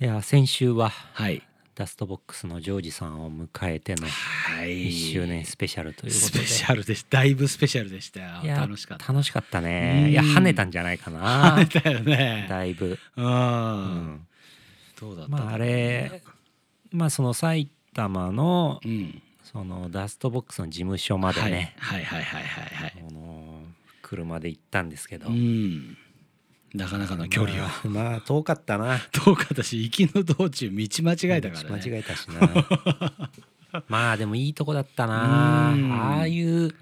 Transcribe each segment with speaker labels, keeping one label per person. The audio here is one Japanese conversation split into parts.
Speaker 1: いや先週は
Speaker 2: はい。
Speaker 1: ダストボックスのジョージさんを迎えての
Speaker 2: はい。
Speaker 1: 1周年スペシャルというこ
Speaker 2: ス
Speaker 1: とで、
Speaker 2: ペシャルでした。だいぶスペシャルでしたよ。
Speaker 1: いや
Speaker 2: 楽しかった。
Speaker 1: 楽しかった
Speaker 2: う
Speaker 1: ね
Speaker 2: ん
Speaker 1: いや跳ねたんじゃないかな
Speaker 2: あれだよね。
Speaker 1: だいぶ、
Speaker 2: うん。
Speaker 1: うん
Speaker 2: どうだった
Speaker 1: まああ。れまあその埼玉の
Speaker 2: うん。
Speaker 1: そのダストボックスの事務所までね、
Speaker 2: はい。はいはいはいはいはい。
Speaker 1: この車で行ったんですけど、
Speaker 2: うん。なかなかの距離を。
Speaker 1: まあまあ遠かったな
Speaker 2: どうか私行きの道中道間違えたからね。
Speaker 1: 間違えたしな まあでもいいとこだったな
Speaker 2: うん
Speaker 1: ああいう事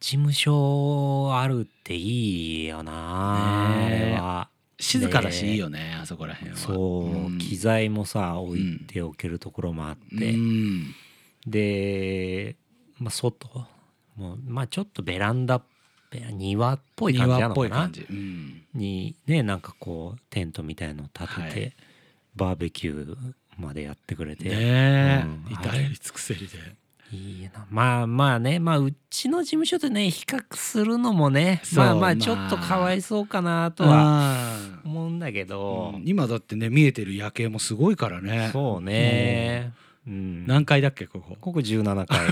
Speaker 1: 務所あるっていいよな、
Speaker 2: ねえ
Speaker 1: あれは
Speaker 2: 静かだしいいよね。あそこら辺は。
Speaker 1: そう、
Speaker 2: ん
Speaker 1: 機材もさ置いておけるところもあって、
Speaker 2: うん。
Speaker 1: で、まあ、外もう、まあ、ちょっとベランダベラ庭っぽい感じな
Speaker 2: 庭っ
Speaker 1: の
Speaker 2: ぽ
Speaker 1: か
Speaker 2: い感
Speaker 1: な
Speaker 2: じ。うん。
Speaker 1: にねなんかこうテントみたいの立てて、
Speaker 2: は
Speaker 1: バーベキューまでやってくれて、
Speaker 2: ねえ
Speaker 1: うん。
Speaker 2: 至れり尽くせりで。
Speaker 1: いいなまあまあねまあうちの事務所とね比較するのもね
Speaker 2: そ
Speaker 1: ま
Speaker 2: う
Speaker 1: あまあ
Speaker 2: まあ
Speaker 1: ちょっとかわいそうかなとは
Speaker 2: は。
Speaker 1: 思うんだけど、
Speaker 2: うん今だってね見えてる夜景もすごいからね
Speaker 1: そうね、うん、
Speaker 2: 何階だっけここ
Speaker 1: ここ17階、う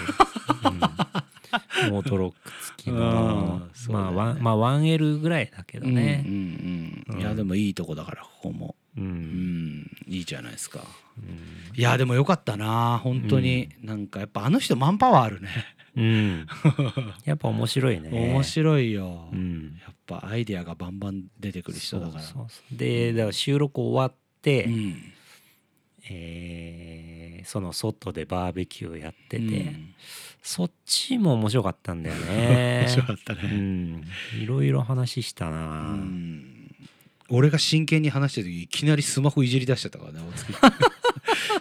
Speaker 1: ん、モートロック付きの
Speaker 2: うんそうだ
Speaker 1: まあワ
Speaker 2: よね
Speaker 1: ンまあ 1L ぐらいだけど
Speaker 2: う
Speaker 1: ね、
Speaker 2: んうんうん
Speaker 1: うん
Speaker 2: いやでもいいとこだからここも
Speaker 1: うん
Speaker 2: うんいいじゃないですか
Speaker 1: うん
Speaker 2: いやでもよかったな本当になんかやっぱあの人マンパワーあるね
Speaker 1: うんやっぱ面白いね
Speaker 2: 面白いよ
Speaker 1: うん
Speaker 2: やっぱアイデアがバンバン出てくる人だから
Speaker 1: そうそうそうでだから収録終わって、
Speaker 2: うん
Speaker 1: えーその外でバーベキューやってて、
Speaker 2: うん
Speaker 1: そっちも面白かったんだよね。
Speaker 2: 面白かった
Speaker 1: う
Speaker 2: ね
Speaker 1: ん、いろいろ話した
Speaker 2: う
Speaker 1: な。
Speaker 2: ん俺が真剣に話してる時いきなりスマホいじり出しちゃったからねお月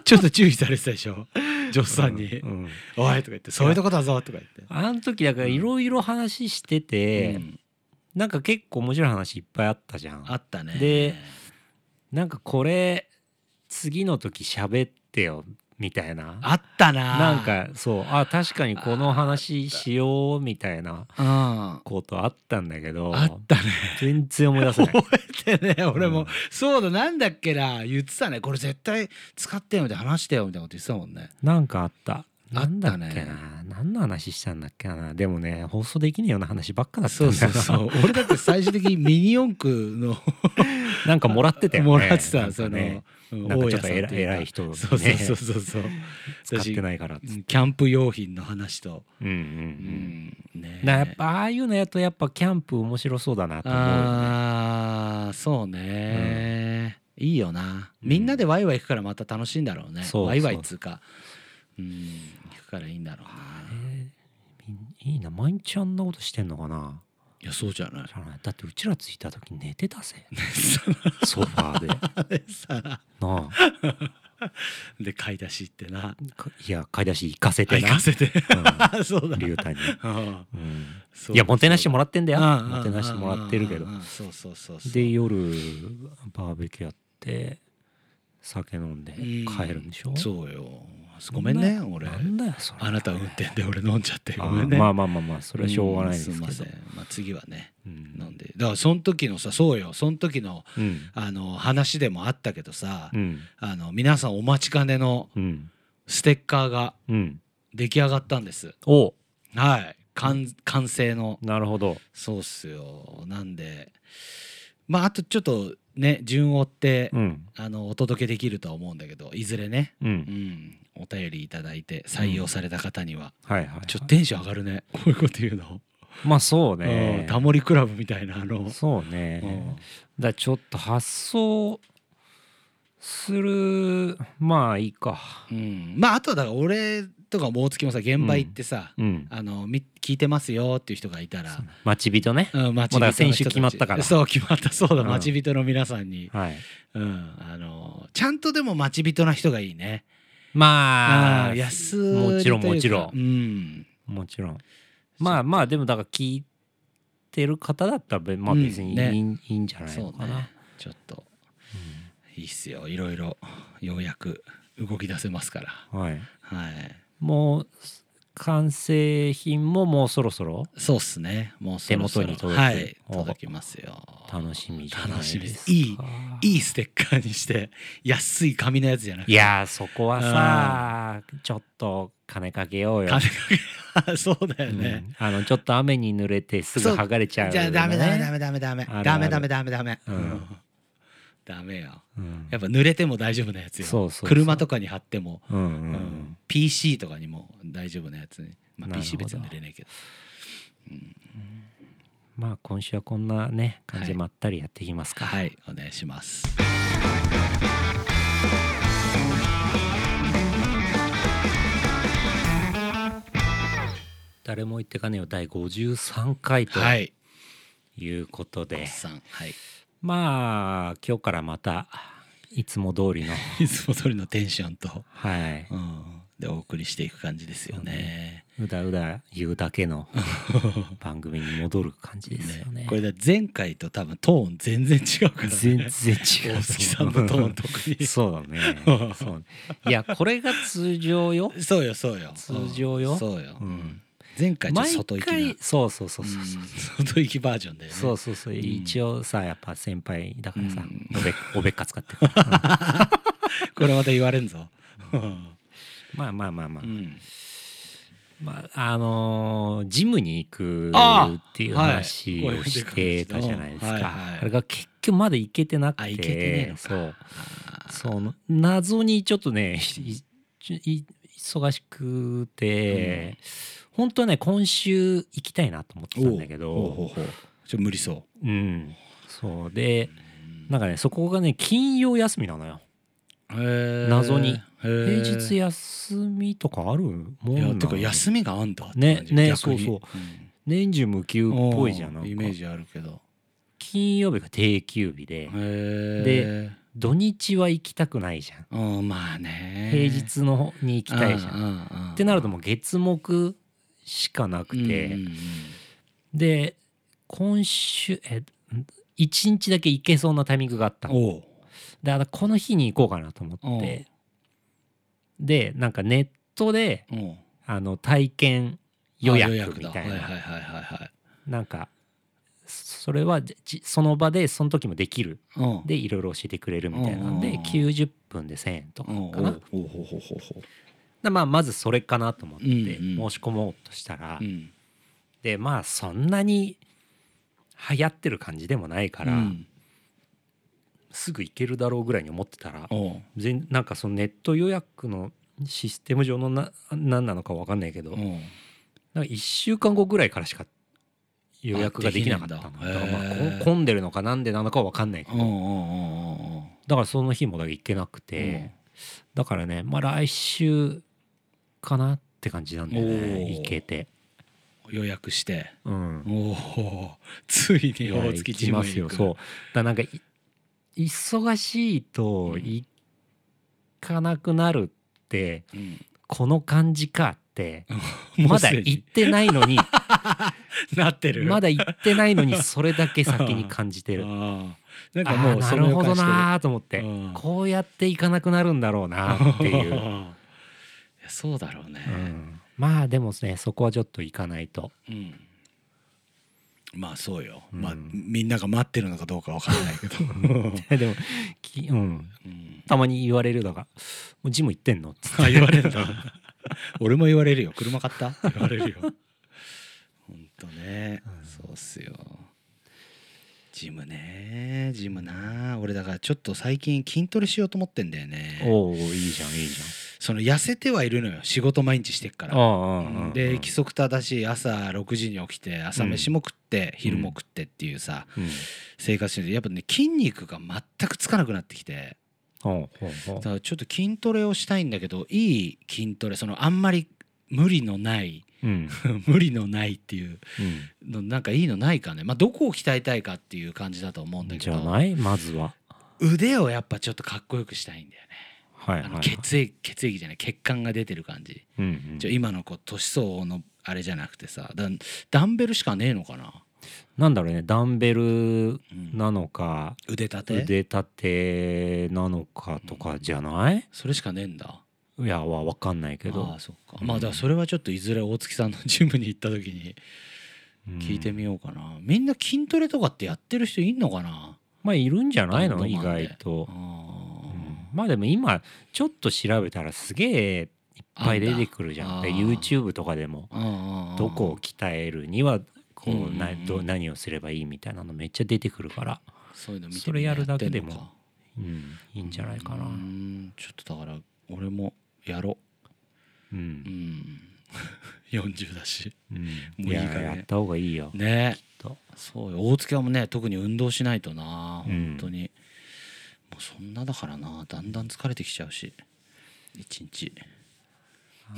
Speaker 2: ちょっと注意されてたでしょ女子さんに
Speaker 1: うんうん
Speaker 2: 「おい」とか言って「そういうとこだぞ」とか言って。
Speaker 1: あの時だからいろいろ話してて、
Speaker 2: うん
Speaker 1: なんか結構面白い話いっぱいあったじゃん。
Speaker 2: あったね
Speaker 1: でなんかこれ次の時喋ってよみたいな。
Speaker 2: あったな
Speaker 1: なんかそうあ確かにこの話しようみたいな
Speaker 2: うんあ
Speaker 1: ことあったんだけど
Speaker 2: ったね
Speaker 1: 全然思い出 せない。
Speaker 2: 覚えてね俺
Speaker 1: う
Speaker 2: も、
Speaker 1: ん
Speaker 2: そうだなんだっけな言ってたねこれ絶対使ってよみたいな話してよみたいなこと言ってたもんね
Speaker 1: なんかあった。
Speaker 2: あ
Speaker 1: な
Speaker 2: ったね
Speaker 1: んだっけな何の話したんだっけなでもね放送できねえような話ばっかだったんだよな
Speaker 2: 俺だって最終的にミニ四駆の
Speaker 1: なんかもらってたよね
Speaker 2: もらってた、
Speaker 1: なん
Speaker 2: そ
Speaker 1: か
Speaker 2: の、
Speaker 1: ね
Speaker 2: うん
Speaker 1: なんかちょっと
Speaker 2: 大家さんてうか
Speaker 1: 偉い偉い人ね
Speaker 2: そうそうそうそうそう
Speaker 1: 使ってないからっつ
Speaker 2: 私キャンプ用品の話と、
Speaker 1: うんうん
Speaker 2: うんね
Speaker 1: うんなやっぱああいうのやとやっぱキャンプ面白そうだなと思うよね
Speaker 2: あーそうね、いいよな
Speaker 1: うん
Speaker 2: みんなでワイワイ行くからまた楽しいんだろうね、
Speaker 1: そう
Speaker 2: ワイワイっつうかうん行くからいいんだろうな
Speaker 1: えーみいいな毎日あんなことしてんのかない
Speaker 2: やそうじゃない
Speaker 1: 知らないだってうちら着いた時寝てた ぜソファーでな
Speaker 2: さ
Speaker 1: あ
Speaker 2: で買い出し行ってな
Speaker 1: かいや買い出し 行かせて
Speaker 2: 行
Speaker 1: な
Speaker 2: かせて あそう
Speaker 1: う
Speaker 2: だ
Speaker 1: ん龍太に、
Speaker 2: うん
Speaker 1: うん
Speaker 2: そう
Speaker 1: いやもてなしてもらってんだよ
Speaker 2: そうだうん
Speaker 1: もてなしてもらってるけど
Speaker 2: うんうんうんそうそうそうそう
Speaker 1: で夜バーベキューやって酒飲んで
Speaker 2: うん
Speaker 1: 帰るんでしょ、
Speaker 2: そうよごめんね俺
Speaker 1: なんだよそれ
Speaker 2: あなた運転で俺飲んじゃってご
Speaker 1: あ
Speaker 2: めんね
Speaker 1: まあまあまあまあそれはしょうがないですけど
Speaker 2: うんすいません、まあ、次はね
Speaker 1: うん
Speaker 2: なんでだからその時のさそうよその時の
Speaker 1: うん
Speaker 2: あの話でもあったけどさ、
Speaker 1: うん
Speaker 2: あの皆さんお待ちかねの
Speaker 1: うん
Speaker 2: ステッカーが
Speaker 1: うん
Speaker 2: 出来上がったんです
Speaker 1: お
Speaker 2: はい完完成の
Speaker 1: なるほど
Speaker 2: そうっすよなんでまああとちょっとね順を追って、
Speaker 1: うん
Speaker 2: あのお届けできるとは思うんだけどいずれね、
Speaker 1: う
Speaker 2: うんん、お便りいただいて採用された方には、
Speaker 1: はいはい、はい、
Speaker 2: ちょっとテンション上がるねこういうこと言うの、
Speaker 1: まあそう
Speaker 2: うん
Speaker 1: ね
Speaker 2: タモリクラブみたいなあの、
Speaker 1: そうね、
Speaker 2: うん
Speaker 1: だからちょっと発想するまあいいか
Speaker 2: うん、まああとはだから俺とかも大月もさ現場行ってさ、
Speaker 1: うん
Speaker 2: あのみ聞いてますよっていう人がいたら、
Speaker 1: 待ち人ね
Speaker 2: うん、待
Speaker 1: もうだから
Speaker 2: の人
Speaker 1: 先
Speaker 2: たち
Speaker 1: 週決まったから
Speaker 2: そう決まったそうだ、
Speaker 1: うん
Speaker 2: 待ち人の皆さんに、
Speaker 1: はい
Speaker 2: うん、あのちゃんとでも待ち人な人がいいね
Speaker 1: まあ
Speaker 2: うん安
Speaker 1: もちろんもちろん
Speaker 2: ん、うん、
Speaker 1: もちろんまあまあでもだから聞いてる方だったらべまあ
Speaker 2: うん
Speaker 1: 別にいい,、いいんじゃない
Speaker 2: そ
Speaker 1: の
Speaker 2: う
Speaker 1: かな
Speaker 2: ねちょっといいっすよいろいろようやく動き出せますから
Speaker 1: うんはい
Speaker 2: はい
Speaker 1: もう完成品ももうそろそろ
Speaker 2: そうっすねもうそろそろ
Speaker 1: 手元に届く
Speaker 2: はい
Speaker 1: お
Speaker 2: 届きますよ
Speaker 1: 楽しみじゃない
Speaker 2: 楽
Speaker 1: ですか
Speaker 2: しみですいいいいステッカーにして安い紙のやつじゃなくて
Speaker 1: いやーそこはさちょっと金かけようよ
Speaker 2: 金かけそうだよね、
Speaker 1: うんあのちょっと雨に濡れてすぐ
Speaker 2: そう
Speaker 1: 剥がれちゃう、ね、
Speaker 2: じゃあダメダメダメダメダメ
Speaker 1: あるある
Speaker 2: ダメダメダメダメ
Speaker 1: うん
Speaker 2: うんダメよ
Speaker 1: うん、
Speaker 2: やっぱ濡れても大丈夫なやつよ
Speaker 1: そうそうそう
Speaker 2: 車とかに貼っても、
Speaker 1: うんう
Speaker 2: うん
Speaker 1: うんん、
Speaker 2: PC とかにも大丈夫なやつに、まあ、
Speaker 1: なるほ
Speaker 2: PC
Speaker 1: ど
Speaker 2: 別に濡れないけど
Speaker 1: まあ今週はこんなね感じ
Speaker 2: はい
Speaker 1: でまったりやっていきますか、
Speaker 2: はいお願いします
Speaker 1: 誰も言ってかねえよ第53回と
Speaker 2: はい
Speaker 1: いうことで、
Speaker 2: おっさんはい
Speaker 1: まあ今日からまたいつも通りの
Speaker 2: いつも通りのテンションと、
Speaker 1: はい
Speaker 2: うん、でお送りしていく感じですよね
Speaker 1: うだうだ言うだけ の番組に戻る感じですよね
Speaker 2: ねこれだ前回と多分トーン全然違うからね
Speaker 1: 全然違う
Speaker 2: 大月さんのトーン特
Speaker 1: そうだねそういやこれが通常よ
Speaker 2: にそうよそうよ
Speaker 1: 通常よ
Speaker 2: そうよ、
Speaker 1: うん
Speaker 2: 前回ちょっと
Speaker 1: 毎
Speaker 2: 外行きな
Speaker 1: 回そうそうそうそうそう
Speaker 2: うん外行きバージョンだよね
Speaker 1: そうそうそう一応さやっぱ先輩だからさ
Speaker 2: うん
Speaker 1: おべおべっか使って るから
Speaker 2: これまた言われんぞ、うん
Speaker 1: まあまあまあまあ
Speaker 2: うん
Speaker 1: まああのージムに行くっていう
Speaker 2: あーはい
Speaker 1: 話をしてたじゃないです
Speaker 2: はい
Speaker 1: か
Speaker 2: はい
Speaker 1: あれが結局まだ行けてな
Speaker 2: あ
Speaker 1: く
Speaker 2: 行けてねえ
Speaker 1: て
Speaker 2: のか
Speaker 1: そう
Speaker 2: あ
Speaker 1: その謎にちょっとねいい忙しくて、本当はね今週行きたいなと思って
Speaker 2: ー
Speaker 1: たんだけ
Speaker 2: おうほう
Speaker 1: ど
Speaker 2: ほうほうちょっと無理そ
Speaker 1: うんそうで
Speaker 2: う
Speaker 1: なんかねそこがね金曜休みなのよ謎
Speaker 2: 謎
Speaker 1: に平
Speaker 2: 平
Speaker 1: 日休みとかあるもん
Speaker 2: い
Speaker 1: な
Speaker 2: や
Speaker 1: の
Speaker 2: てか休みがあんだって
Speaker 1: ね
Speaker 2: 感じ
Speaker 1: ね
Speaker 2: 逆に
Speaker 1: そうそ
Speaker 2: うん
Speaker 1: 年中無休っぽいじゃんな
Speaker 2: うんイ
Speaker 1: か
Speaker 2: メージあるけど
Speaker 1: 金曜日が定休日で
Speaker 2: へ
Speaker 1: 土日は行きたくないじゃん
Speaker 2: えうんまあね
Speaker 1: 平日のに行きたいじゃん
Speaker 2: ん
Speaker 1: ってなると
Speaker 2: 思
Speaker 1: もう月木しかなくて、で今週えん一日だけ行けそうなタイミングがあったの
Speaker 2: おう
Speaker 1: だからこの日に行こうかなと思ってでなんかネットで
Speaker 2: おう
Speaker 1: あの体験予
Speaker 2: あ
Speaker 1: 約み
Speaker 2: だ
Speaker 1: たいな、
Speaker 2: はいはいはいはいはい
Speaker 1: なんかそれはじじその場でその時もできる
Speaker 2: うん
Speaker 1: でいろいろ教えてくれるみたいなん
Speaker 2: うん
Speaker 1: で
Speaker 2: うんうん
Speaker 1: 90分で1,000円とか
Speaker 2: うん
Speaker 1: かな
Speaker 2: おうほうほうほうほう
Speaker 1: でまあ、まずそれかなと思って
Speaker 2: うん
Speaker 1: 申
Speaker 2: うん
Speaker 1: し込もうとしたら、
Speaker 2: うん
Speaker 1: でまあそんなに流行ってる感じでもないから、
Speaker 2: うん
Speaker 1: すぐ行けるだろうぐらいに思ってたら
Speaker 2: おう
Speaker 1: 全なんかそのネット予約のシステム上のな何なのか分かんないけど、
Speaker 2: うん
Speaker 1: なんか1週間後ぐらいからしか予約ができなかったの
Speaker 2: あ
Speaker 1: だ
Speaker 2: でき
Speaker 1: か
Speaker 2: ない
Speaker 1: らま
Speaker 2: んだ
Speaker 1: あ
Speaker 2: へー
Speaker 1: こ混んでるのかなんでなのか分かんないけ
Speaker 2: うん
Speaker 1: ど、
Speaker 2: うんうんうんうん
Speaker 1: だからその日もだから行けなくて、だからねまあ来週かなって感じなんで、
Speaker 2: お
Speaker 1: ね、
Speaker 2: ー
Speaker 1: 行けて。
Speaker 2: うん予約して
Speaker 1: うん
Speaker 2: おおついに大月ジムへ行
Speaker 1: よ
Speaker 2: く
Speaker 1: そうだからなんかい忙しいと
Speaker 2: うん
Speaker 1: 行かなくなるって
Speaker 2: うん
Speaker 1: この感じかって
Speaker 2: もう
Speaker 1: ますだ
Speaker 2: でに
Speaker 1: 行ってないの に
Speaker 2: なってる
Speaker 1: まだ行ってないのに それだけ先に感じてる
Speaker 2: ああなん
Speaker 1: あ
Speaker 2: かも
Speaker 1: ー
Speaker 2: う
Speaker 1: な
Speaker 2: その
Speaker 1: る
Speaker 2: 予
Speaker 1: ほ
Speaker 2: 感
Speaker 1: ど
Speaker 2: してる
Speaker 1: なーと思って
Speaker 2: うん
Speaker 1: こうやって行かなくなるんだろうなってい、
Speaker 2: いうやそうだろうね
Speaker 1: うんまあでもねそこはちょっと行かないと
Speaker 2: うんまあそうよ、まあ
Speaker 1: うん
Speaker 2: みんなが待ってるのかどうかわからないけ ど、
Speaker 1: でもき、うん、
Speaker 2: うん
Speaker 1: たまに言われるのが「もうジム行ってんの?」っつって
Speaker 2: あ言わ れるんだ俺も言われるよ車買ったって言われるよほんとね、そうっすよジムねジムな俺だからちょっと最近筋トレしようと思ってんだよね
Speaker 1: おおいいじゃんいいじゃん
Speaker 2: その痩せてはいるのよ仕事毎日してっから
Speaker 1: あ
Speaker 2: で規則正しい朝6時に起きて朝飯も食って、昼も食ってっていうさ生活しててやっぱね筋肉が全くつかなくなってきてだからちょっと筋トレをしたいんだけどいい筋トレそのあんまり無理のない 無理のないっていうのなんかいいのないかねまあどこを鍛えたいかっていう感じだと思うんだけ
Speaker 1: じゃ
Speaker 2: ど
Speaker 1: ないまずは。
Speaker 2: 腕をやっぱちょっとかっこよくしたいんだよね
Speaker 1: はい
Speaker 2: あの
Speaker 1: はい。
Speaker 2: 血液血液じゃない血管が出てる感じ
Speaker 1: うん
Speaker 2: ちょ今のこう年相応のあれじゃなくてさだダンベルしかねえのかな
Speaker 1: なんだろうねダンベル
Speaker 2: うん
Speaker 1: なのか
Speaker 2: 腕立て
Speaker 1: 腕立てなのかとかじゃない
Speaker 2: それしかねえんだ
Speaker 1: いやは分かんないけど
Speaker 2: ああそっか、まあだからそれはちょっといずれ大月さんのジムに行った時に聞いてみようかな、みんな筋トレとかってやってる人いんのかな
Speaker 1: まあいるんじゃない
Speaker 2: バ
Speaker 1: の
Speaker 2: ン
Speaker 1: 意
Speaker 2: ドマンで
Speaker 1: 外と
Speaker 2: あ、ー
Speaker 1: うんまあでも今ちょっと調べたらすげえいっぱい出てくるじゃ
Speaker 2: あ
Speaker 1: ん
Speaker 2: んだ
Speaker 1: で
Speaker 2: あー
Speaker 1: YouTube とかでも
Speaker 2: あーあー
Speaker 1: どこを鍛えるにはこ
Speaker 2: うんうんう
Speaker 1: うんなど何をすればいいみたいなのめっちゃ出てくるから、
Speaker 2: そういうの見て
Speaker 1: それやるだけでも
Speaker 2: みんなやってんのか
Speaker 1: うん、いいんじゃないかな
Speaker 2: うーんちょっとだから俺もやろ
Speaker 1: う、
Speaker 2: ううんん 40だし
Speaker 1: うん
Speaker 2: もうい
Speaker 1: い
Speaker 2: いか
Speaker 1: や
Speaker 2: らね
Speaker 1: やった方がいいよ
Speaker 2: ね
Speaker 1: きっと
Speaker 2: そうよ大月はもうね特に運動しないとな
Speaker 1: うん
Speaker 2: 本当に、もうそんなだからなだんだん疲れてきちゃうし一日
Speaker 1: あの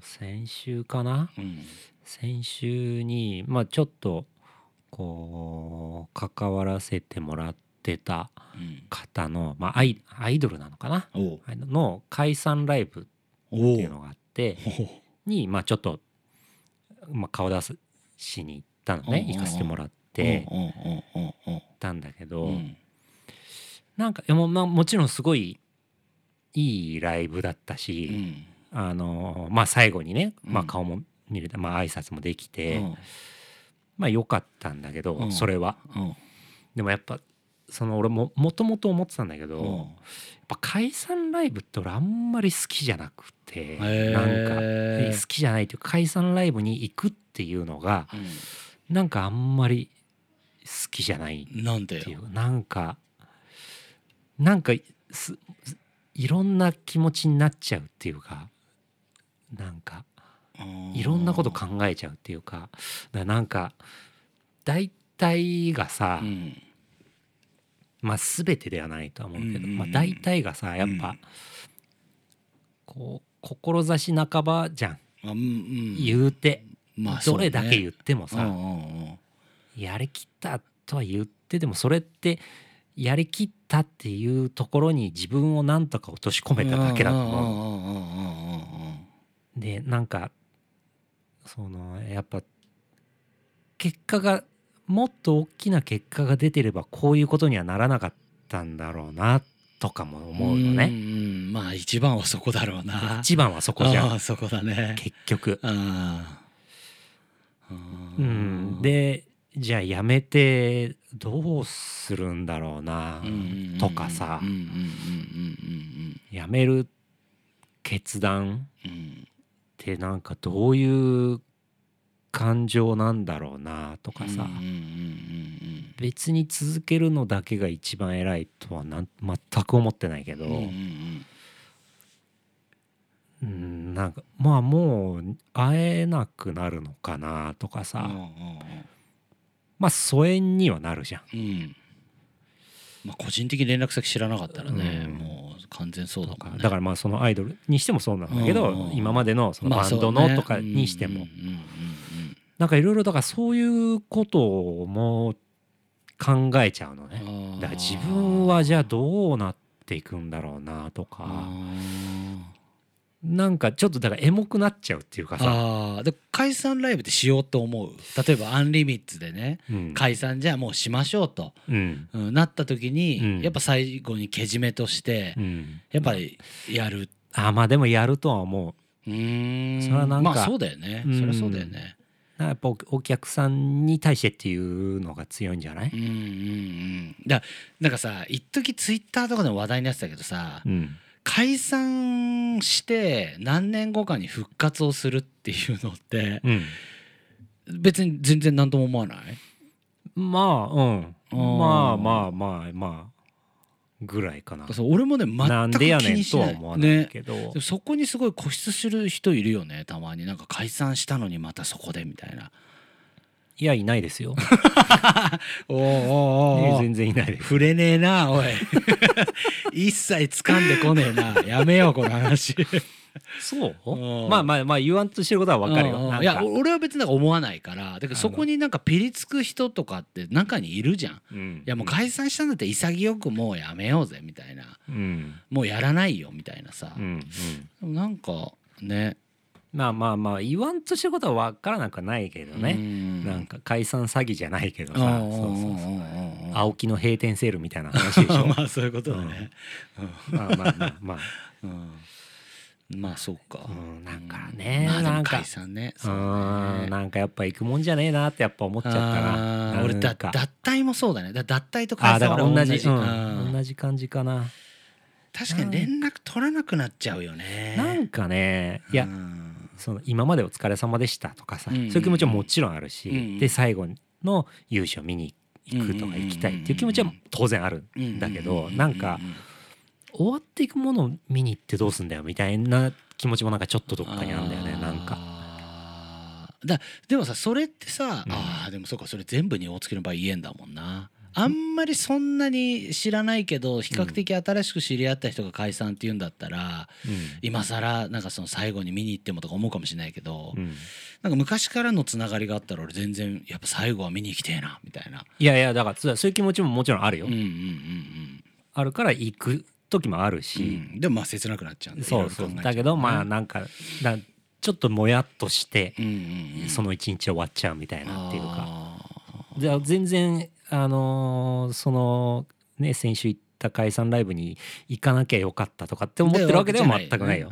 Speaker 1: ー先週かな
Speaker 2: うん
Speaker 1: 先週にまあちょっとこう関わらせてもらってた
Speaker 2: うん
Speaker 1: 方の、まあ、アイアイドルなのかな
Speaker 2: おう
Speaker 1: あのの解散ライブ
Speaker 2: お
Speaker 1: っていう
Speaker 2: う
Speaker 1: のがあって
Speaker 2: おう
Speaker 1: に、まあ、ちょっと、まあ、顔出すしに行ったのね
Speaker 2: うんうんうん
Speaker 1: 行かせてもらって行
Speaker 2: うんうんうんうん
Speaker 1: ったんだけど、
Speaker 2: うんうん
Speaker 1: なんかいやもう、まあ、もちろんすごいいいライブだった
Speaker 2: う
Speaker 1: し、
Speaker 2: ん
Speaker 1: あのまあ、最後にね、まあ、
Speaker 2: うん
Speaker 1: 顔も見れた、まあ挨拶もでき
Speaker 2: う
Speaker 1: て、
Speaker 2: ん
Speaker 1: まあ良かったんだけど、
Speaker 2: うん
Speaker 1: それは。でもやっぱその俺ももともと思ってたんだけど、
Speaker 2: うん
Speaker 1: やっぱ解散ライブって俺あんまり好きじゃなくて
Speaker 2: へ
Speaker 1: なんか
Speaker 2: ー
Speaker 1: 好きじゃないというか解散ライブに行くっていうのがなんかあんまり好きじゃない
Speaker 2: うんなんで
Speaker 1: ってい
Speaker 2: よ
Speaker 1: うなんかなんかすすいろんな気持ちになっちゃうっていうかなんかいろんなこと考えちゃうっていうかだからなんか大体がさ、
Speaker 2: うん
Speaker 1: まあ、全てではないとは思うけ
Speaker 2: うん
Speaker 1: ど、
Speaker 2: うんうん
Speaker 1: まあ、大体がさやっぱ、
Speaker 2: うん
Speaker 1: こう志半ばじゃん
Speaker 2: あうんうん
Speaker 1: 言うて、
Speaker 2: まあ
Speaker 1: どれだけ言
Speaker 2: う
Speaker 1: ってもさ、
Speaker 2: うんうんうん
Speaker 1: やりきったとは言ってでもそれってやりきったっていうところに自分をなんとか落とし込めただけだと思う。でなんかそのやっぱ結果がもっと大きな結果が出てればこういうことにはならなかったんだろうなとかも思うよね。
Speaker 2: んうんまあ一番はそこだろうな
Speaker 1: 一番はそこじゃ
Speaker 2: あ
Speaker 1: ん
Speaker 2: あそこだね
Speaker 1: 結局。
Speaker 2: ああ
Speaker 1: うん、でじゃあやめてどうするんだろうなとかさ
Speaker 2: うんうんうん
Speaker 1: やめる決断
Speaker 2: うんうんうん
Speaker 1: ってなんかどういう感情なんだろうなと
Speaker 2: う
Speaker 1: か
Speaker 2: ん
Speaker 1: さ、
Speaker 2: うんうんうん
Speaker 1: 別に続けるのだけが一番偉いとはなん全く思ってないけど、
Speaker 2: うんうんう
Speaker 1: う
Speaker 2: ん
Speaker 1: ん、なんかまあもう会えなくなるのかなとかさ、まあ疎遠にはなるじゃん。
Speaker 2: うんうんまあ個人的に連絡先知らなかったらね
Speaker 1: うん
Speaker 2: もう完全そうだもんね
Speaker 1: だからまあそのアイドルにしてもそうなんだけ
Speaker 2: うんうん
Speaker 1: ど
Speaker 2: うん
Speaker 1: 今までのその
Speaker 2: まあ
Speaker 1: バンド
Speaker 2: そうね
Speaker 1: のとかにして
Speaker 2: う
Speaker 1: も
Speaker 2: んうんうんうん
Speaker 1: なんかいろいろだからそういうことをもう考えちゃうのね
Speaker 2: あー
Speaker 1: だから自分はじゃあどうなっていくんだろうなとか
Speaker 2: あ
Speaker 1: なんかちょっとだからエモくなっちゃうっていうかさ
Speaker 2: あーで解散ライブでしようと思う例えばアンリミッツでね
Speaker 1: うん
Speaker 2: 解散じゃあもうしましょうと、
Speaker 1: うん
Speaker 2: うんなった時に、
Speaker 1: うん
Speaker 2: やっぱ最後にけじめとして、
Speaker 1: うん
Speaker 2: やっぱりやる
Speaker 1: あーまあでもやるとは思う
Speaker 2: うーん
Speaker 1: それはなんか
Speaker 2: まあそうだよね、
Speaker 1: うん
Speaker 2: それはそうだよね
Speaker 1: だからやっぱおお客さんに対してっていうのが強いんじゃない
Speaker 2: うんうんうんだなんかさ一時ツイッターとかでも話題になってたけどさ、
Speaker 1: うん
Speaker 2: 解散して何年後かに復活をするっていうのって
Speaker 1: うん
Speaker 2: 別に全然何とも思わない
Speaker 1: まあうん
Speaker 2: あー
Speaker 1: まあまあまあまあぐらいかな。
Speaker 2: そう俺もね
Speaker 1: な
Speaker 2: 全
Speaker 1: ん
Speaker 2: く気
Speaker 1: でやねん
Speaker 2: にし
Speaker 1: と
Speaker 2: ない
Speaker 1: は思わないけど、
Speaker 2: でもそこにすごい固執する人いるよねたまになんか解散したのにまたそこでみたいない
Speaker 1: やいないですよ。
Speaker 2: おお
Speaker 1: ね
Speaker 2: お
Speaker 1: 全然いないです。
Speaker 2: 触れねえなおい 一切掴んでこねえなやめようこの話
Speaker 1: そう
Speaker 2: うん
Speaker 1: まあまあまあ言わんとしてることはわかる
Speaker 2: うん
Speaker 1: よ。
Speaker 2: うん
Speaker 1: なんか
Speaker 2: いや俺は別になんか思わないからだけどそこになんかピリつく人とかって中にいるじゃんい
Speaker 1: うん
Speaker 2: やもう解散したんだって潔くもうやめようぜみたいな
Speaker 1: うん
Speaker 2: もうやらないよみたいなさ
Speaker 1: うんうん
Speaker 2: でもなんかね
Speaker 1: まあまあまあ言わんとしたことは分からなくはないけどね、なんか解散詐欺じゃないけどさそうそうそう青木の閉店セールみたいな話 でしょ
Speaker 2: まあそういうことだね、
Speaker 1: うん、まあまあまあまあ、
Speaker 2: うん、まあそうか、
Speaker 1: うん、なんかね、
Speaker 2: まあ、
Speaker 1: なん
Speaker 2: か解散ね
Speaker 1: うねんなんかやっぱ行くもんじゃねえなってやっぱ思っちゃったな
Speaker 2: 俺だ脱退もそうだねだ脱退と解散
Speaker 1: は同じ同じ,、同じ感じかな
Speaker 2: 確かに連絡取らなくなっちゃうよね
Speaker 1: なんかねいや、その今までお疲れ様でしたとかさ、そういう気持ちはもちろんあるし、で最後の優勝見に行くとか行きたいっていう気持ちは当然あるんだけど、なんか終わっていくものを見に行ってどうすんだよみたいな気持ちもなんかちょっとどっかにあるんだよねなんか。
Speaker 2: だでもさそれってさ、うん、あでもそうかそれ全部に大月の場合言えんだもんな。あんまりそんなに知らないけど比較的新しく知り合った人が解散っていうんだったら、うん、今更なんかその最後に見に行ってもとか思うかもしれないけど、うん、なんか昔からのつながりがあったら俺全然やっぱ最後は見に行きてえなみたいな。
Speaker 1: いやいやだからそういう気持ちももちろんあるよ。うんうんうんうん、あるから行く時もあるし、
Speaker 2: うん、でもまあ切なくなっちゃうん
Speaker 1: そうそうだけどまあなんかだちょっともやっとして、その一日終わっちゃうみたいなっていうか。じゃ全然あのー、そのね先週行った解散ライブに行かなきゃよかったとかって思ってるわけでは全くないよ。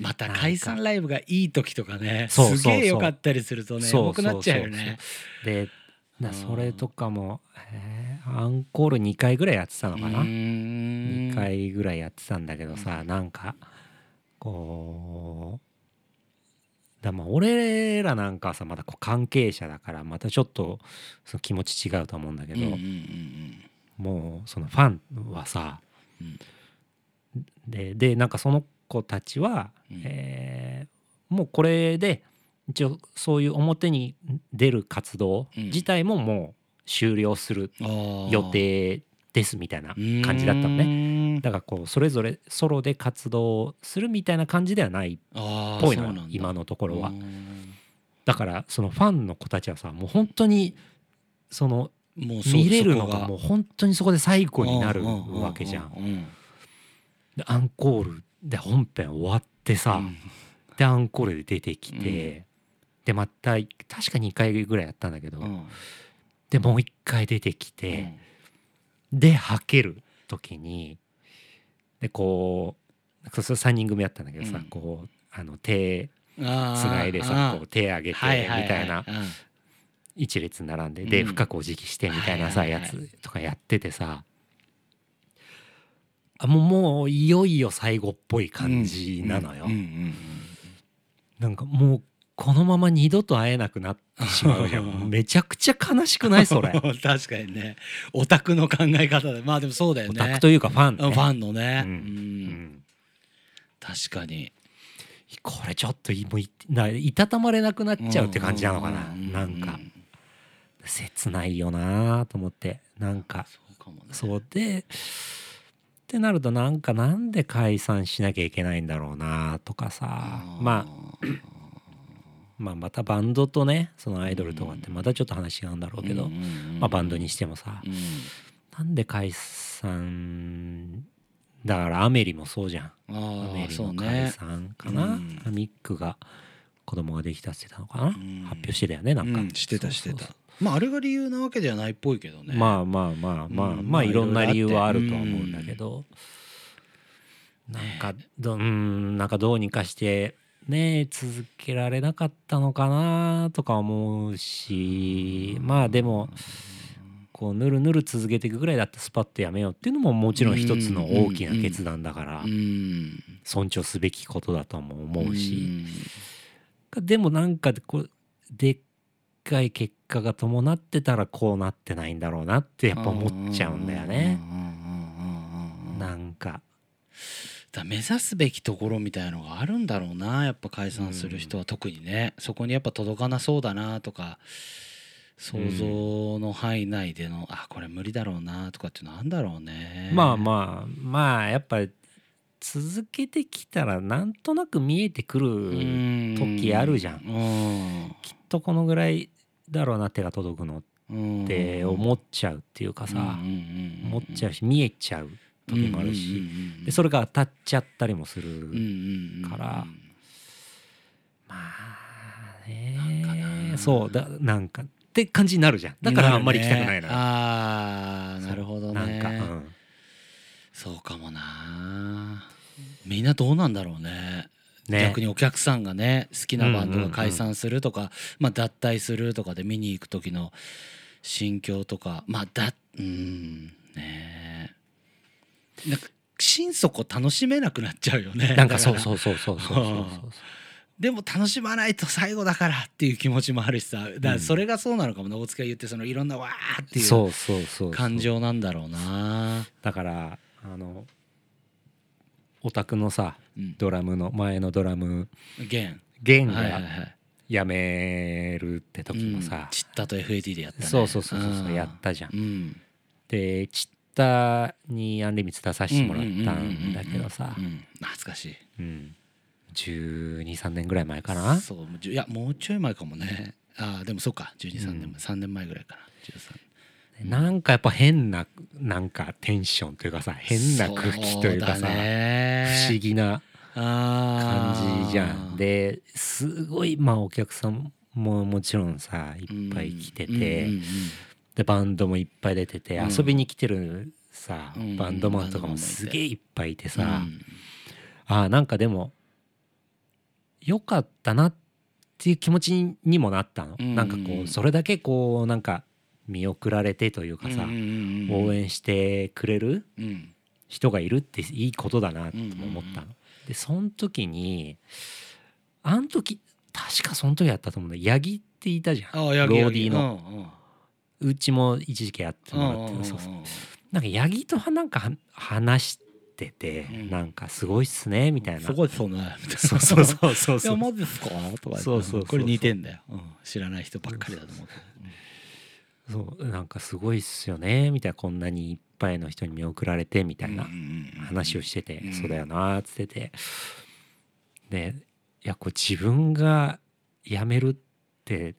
Speaker 2: また解散ライブがいい時とかねすげえよかったりするとね重くなっちゃうよね。
Speaker 1: でそれとかも、えー、アンコール2回ぐらいやってたのかな2回ぐらいやってたんだけどさ、うん、なんかこうだまあ俺らなんかさまだ関係者だからまたちょっとその気持ち違うと思うんだけど、もうそのファンはさ、うん、ででなんかその子たちは、うん、えー、もうこれで一応そういう表に出る活動自体ももう終了する予定ですみたいな感じだったのねだからこうそれぞれソロで活動するみたいな感じではないっぽいの今のところはだからそのファンの子たちはさもう本当にその見れるのがもう本当にそこで最後になるわけじゃん。でアンコールで本編終わってさ、うん、でアンコールで出てきて、うん、でまた確か2回ぐらいやったんだけど、うん、でもう1回出てきて。ではける時にでこうそれ3人組やったんだけどさ、うん、こうあの手つないでさこう手上げてみたいな一列並んで、うん、で深くお辞儀してみたいなさやつとかやっててさあもうもういよいよ最後っぽい感じなのよ。なんかもうこのまま二度と会えなくなってしま うじゃんめちゃくちゃ悲しくないそれ
Speaker 2: 確かにねオタクの考え方でまあでもそうだよね
Speaker 1: オタクというかファン、ね、
Speaker 2: ファンのね、うん、うん、確かに
Speaker 1: これちょっといもいないたたまれなくなっちゃうって感じなのかな、うなんか切ないよなと思ってなんかそうかも、ね、そうでってなるとなんかなんで解散しなきゃいけないんだろうなとかさまあまあ、またバンドとねそのアイドルとかってまたちょっと話があるんだろうけど、まあ、バンドにしてもさ、うなんで解散だからアメリもそうじゃんアメリの解散かな、ミックが子供ができたって言ってたのかな、発表してたよねなんか、
Speaker 2: してたしてたまああれが理由なわけではないっぽいけどね
Speaker 1: まあまあまあまあまあいろんな理由はあるとは思うんだけど、なんかどうんなんかどうにかしてね続けられなかったのかなとか思うしまあでもこうぬるぬる続けていくぐらいだったらスパッとやめようっていうのももちろん一つの大きな決断だから尊重すべきことだとも思うしでもなんかこうでっかい結果が伴ってたらこうなってないんだろうなってやっぱ思っちゃうんだよね。なんか
Speaker 2: だ目指すべきところみたいのがあるんだろうなやっぱ解散する人は特にね、うん、そこにやっぱ届かなそうだなとか想像の範囲内での、うん、あこれ無理だろうなとかってなんだろうね
Speaker 1: まあまあまあやっぱ続けてきたらなんとなく見えてくる時あるじゃん、うんうん、きっとこのぐらいだろうな手が届くのって思っちゃうっていうかさ思っちゃうし見えちゃう時もあるし、でそれが当たっちゃったりもするから、まあねそうだなんかって感じになるじゃんだからあんまり行きたくないな、
Speaker 2: ね、ああなるほどね
Speaker 1: なんか、うん、
Speaker 2: そうかもなみんなどうなんだろうねね、逆にお客さんがね好きなバンドが解散するとか、まあ、脱退するとかで見に行く時の心境とかまあだうんねなんか心底楽しめなくなっちゃうよね
Speaker 1: なんかそうそうそうそうそうそう そう
Speaker 2: でも楽しまないと最後だからっていう気持ちもあるしさだからそれがそうなのかもね、うん、大塚言ってそのいろんなわーっていう感情なんだろうな
Speaker 1: だからあのお宅のさ、うん、ドラムの前のドラム
Speaker 2: 弦、
Speaker 1: 弦がやめるって時もさ、うん
Speaker 2: チッタと FAT でやった、ね、
Speaker 1: そうそうそうそうやったじゃん、うん、でチッタにアンリミッツ出させてもらったんだけどさ
Speaker 2: 懐かしい、
Speaker 1: うん、123年ぐらい前かな
Speaker 2: そういやもうちょい前かもねあでもそうか123年前、うん、3年前ぐらいかな13年
Speaker 1: なんかやっぱ変ななんかテンションというかさ変な空気というかさ不思議な感じじゃん。ですごいまあお客さんももちろんさいっぱい来てて、でバンドもいっぱい出てて、遊びに来てるさ、バンドマンとかもすげえいっぱいいてさ、うあなんかでもよかったなっていう気持ちにもなったの。なんかこうそれだけこうなんか見送られてというかさ、応援してくれる人がいるっていいことだなと思ったの。でその時にあの時確かその時やったと思うんだ八木っていたじゃんローディーのうちも一時期やってもらってそうそうなんか八木となんか話してて、うなんかすごいっすねみたいな
Speaker 2: すごいっすね
Speaker 1: そうそう そうそう
Speaker 2: そうマジっすかとか
Speaker 1: そうそう
Speaker 2: これ似てんだよ、知らない人ばっかりだと思って。
Speaker 1: そうなんかすごいっすよねみたいなこんなにいっぱいの人に見送られてみたいな話をしてて、うん、そうだよなっつっててでいやこう自分が辞めるって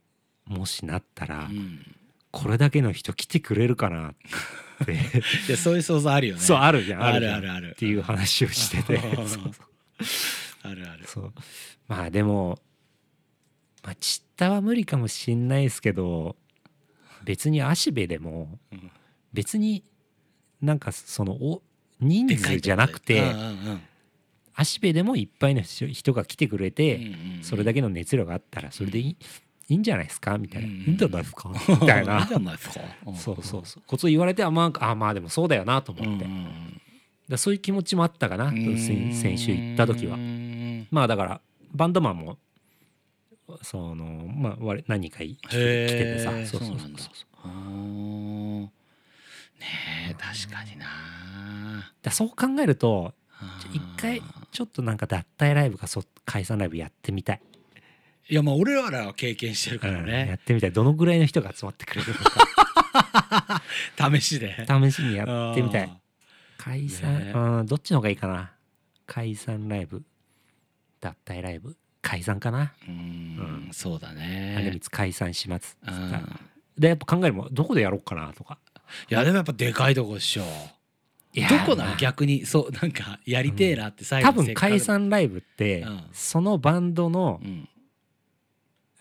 Speaker 1: もしなったら、うん、これだけの人来てくれるかなって
Speaker 2: でそういう想像あるよね
Speaker 1: そうあるじゃん
Speaker 2: あるあるある
Speaker 1: っていう話をして て
Speaker 2: あるある
Speaker 1: そうまあでもまあちったは無理かもしんないですけど別に足部でも別になんかそのお人数じゃなくて足部でもいっぱいの人が来てくれてそれだけの熱量があったらそれでいい。いいんじゃないですかみたいな「いいんじゃないですか?」み たいなそうそうそうこと言われてあまあまあでもそうだよなと思ってだそういう気持ちもあったかな先週行った時はまあだからバンドマンもそのまあ何か来ててさ
Speaker 2: そうそうそうそうねえ確かにな
Speaker 1: だそう考えると一回ちょっとなんか脱退ライブかそ解散ライブやってみたい
Speaker 2: いやまあ俺らは経験してるからね、
Speaker 1: うん、やってみたいどのぐらいの人が集まってくれるのか
Speaker 2: 試しで
Speaker 1: 試しにやってみたい解散、うん、どっちの方がいいかな解散ライブ脱退ライブ解散かな
Speaker 2: うん、うん、そうだね
Speaker 1: あれみつ解散します、うん、でやっぱ考えるもどこでやろうかなとか
Speaker 2: いやでもやっぱでかいとこっしょどこなの逆にそうなんかやりてえなって最
Speaker 1: 後、うん、多分解散ライブって、うん、そのバンドの、うん、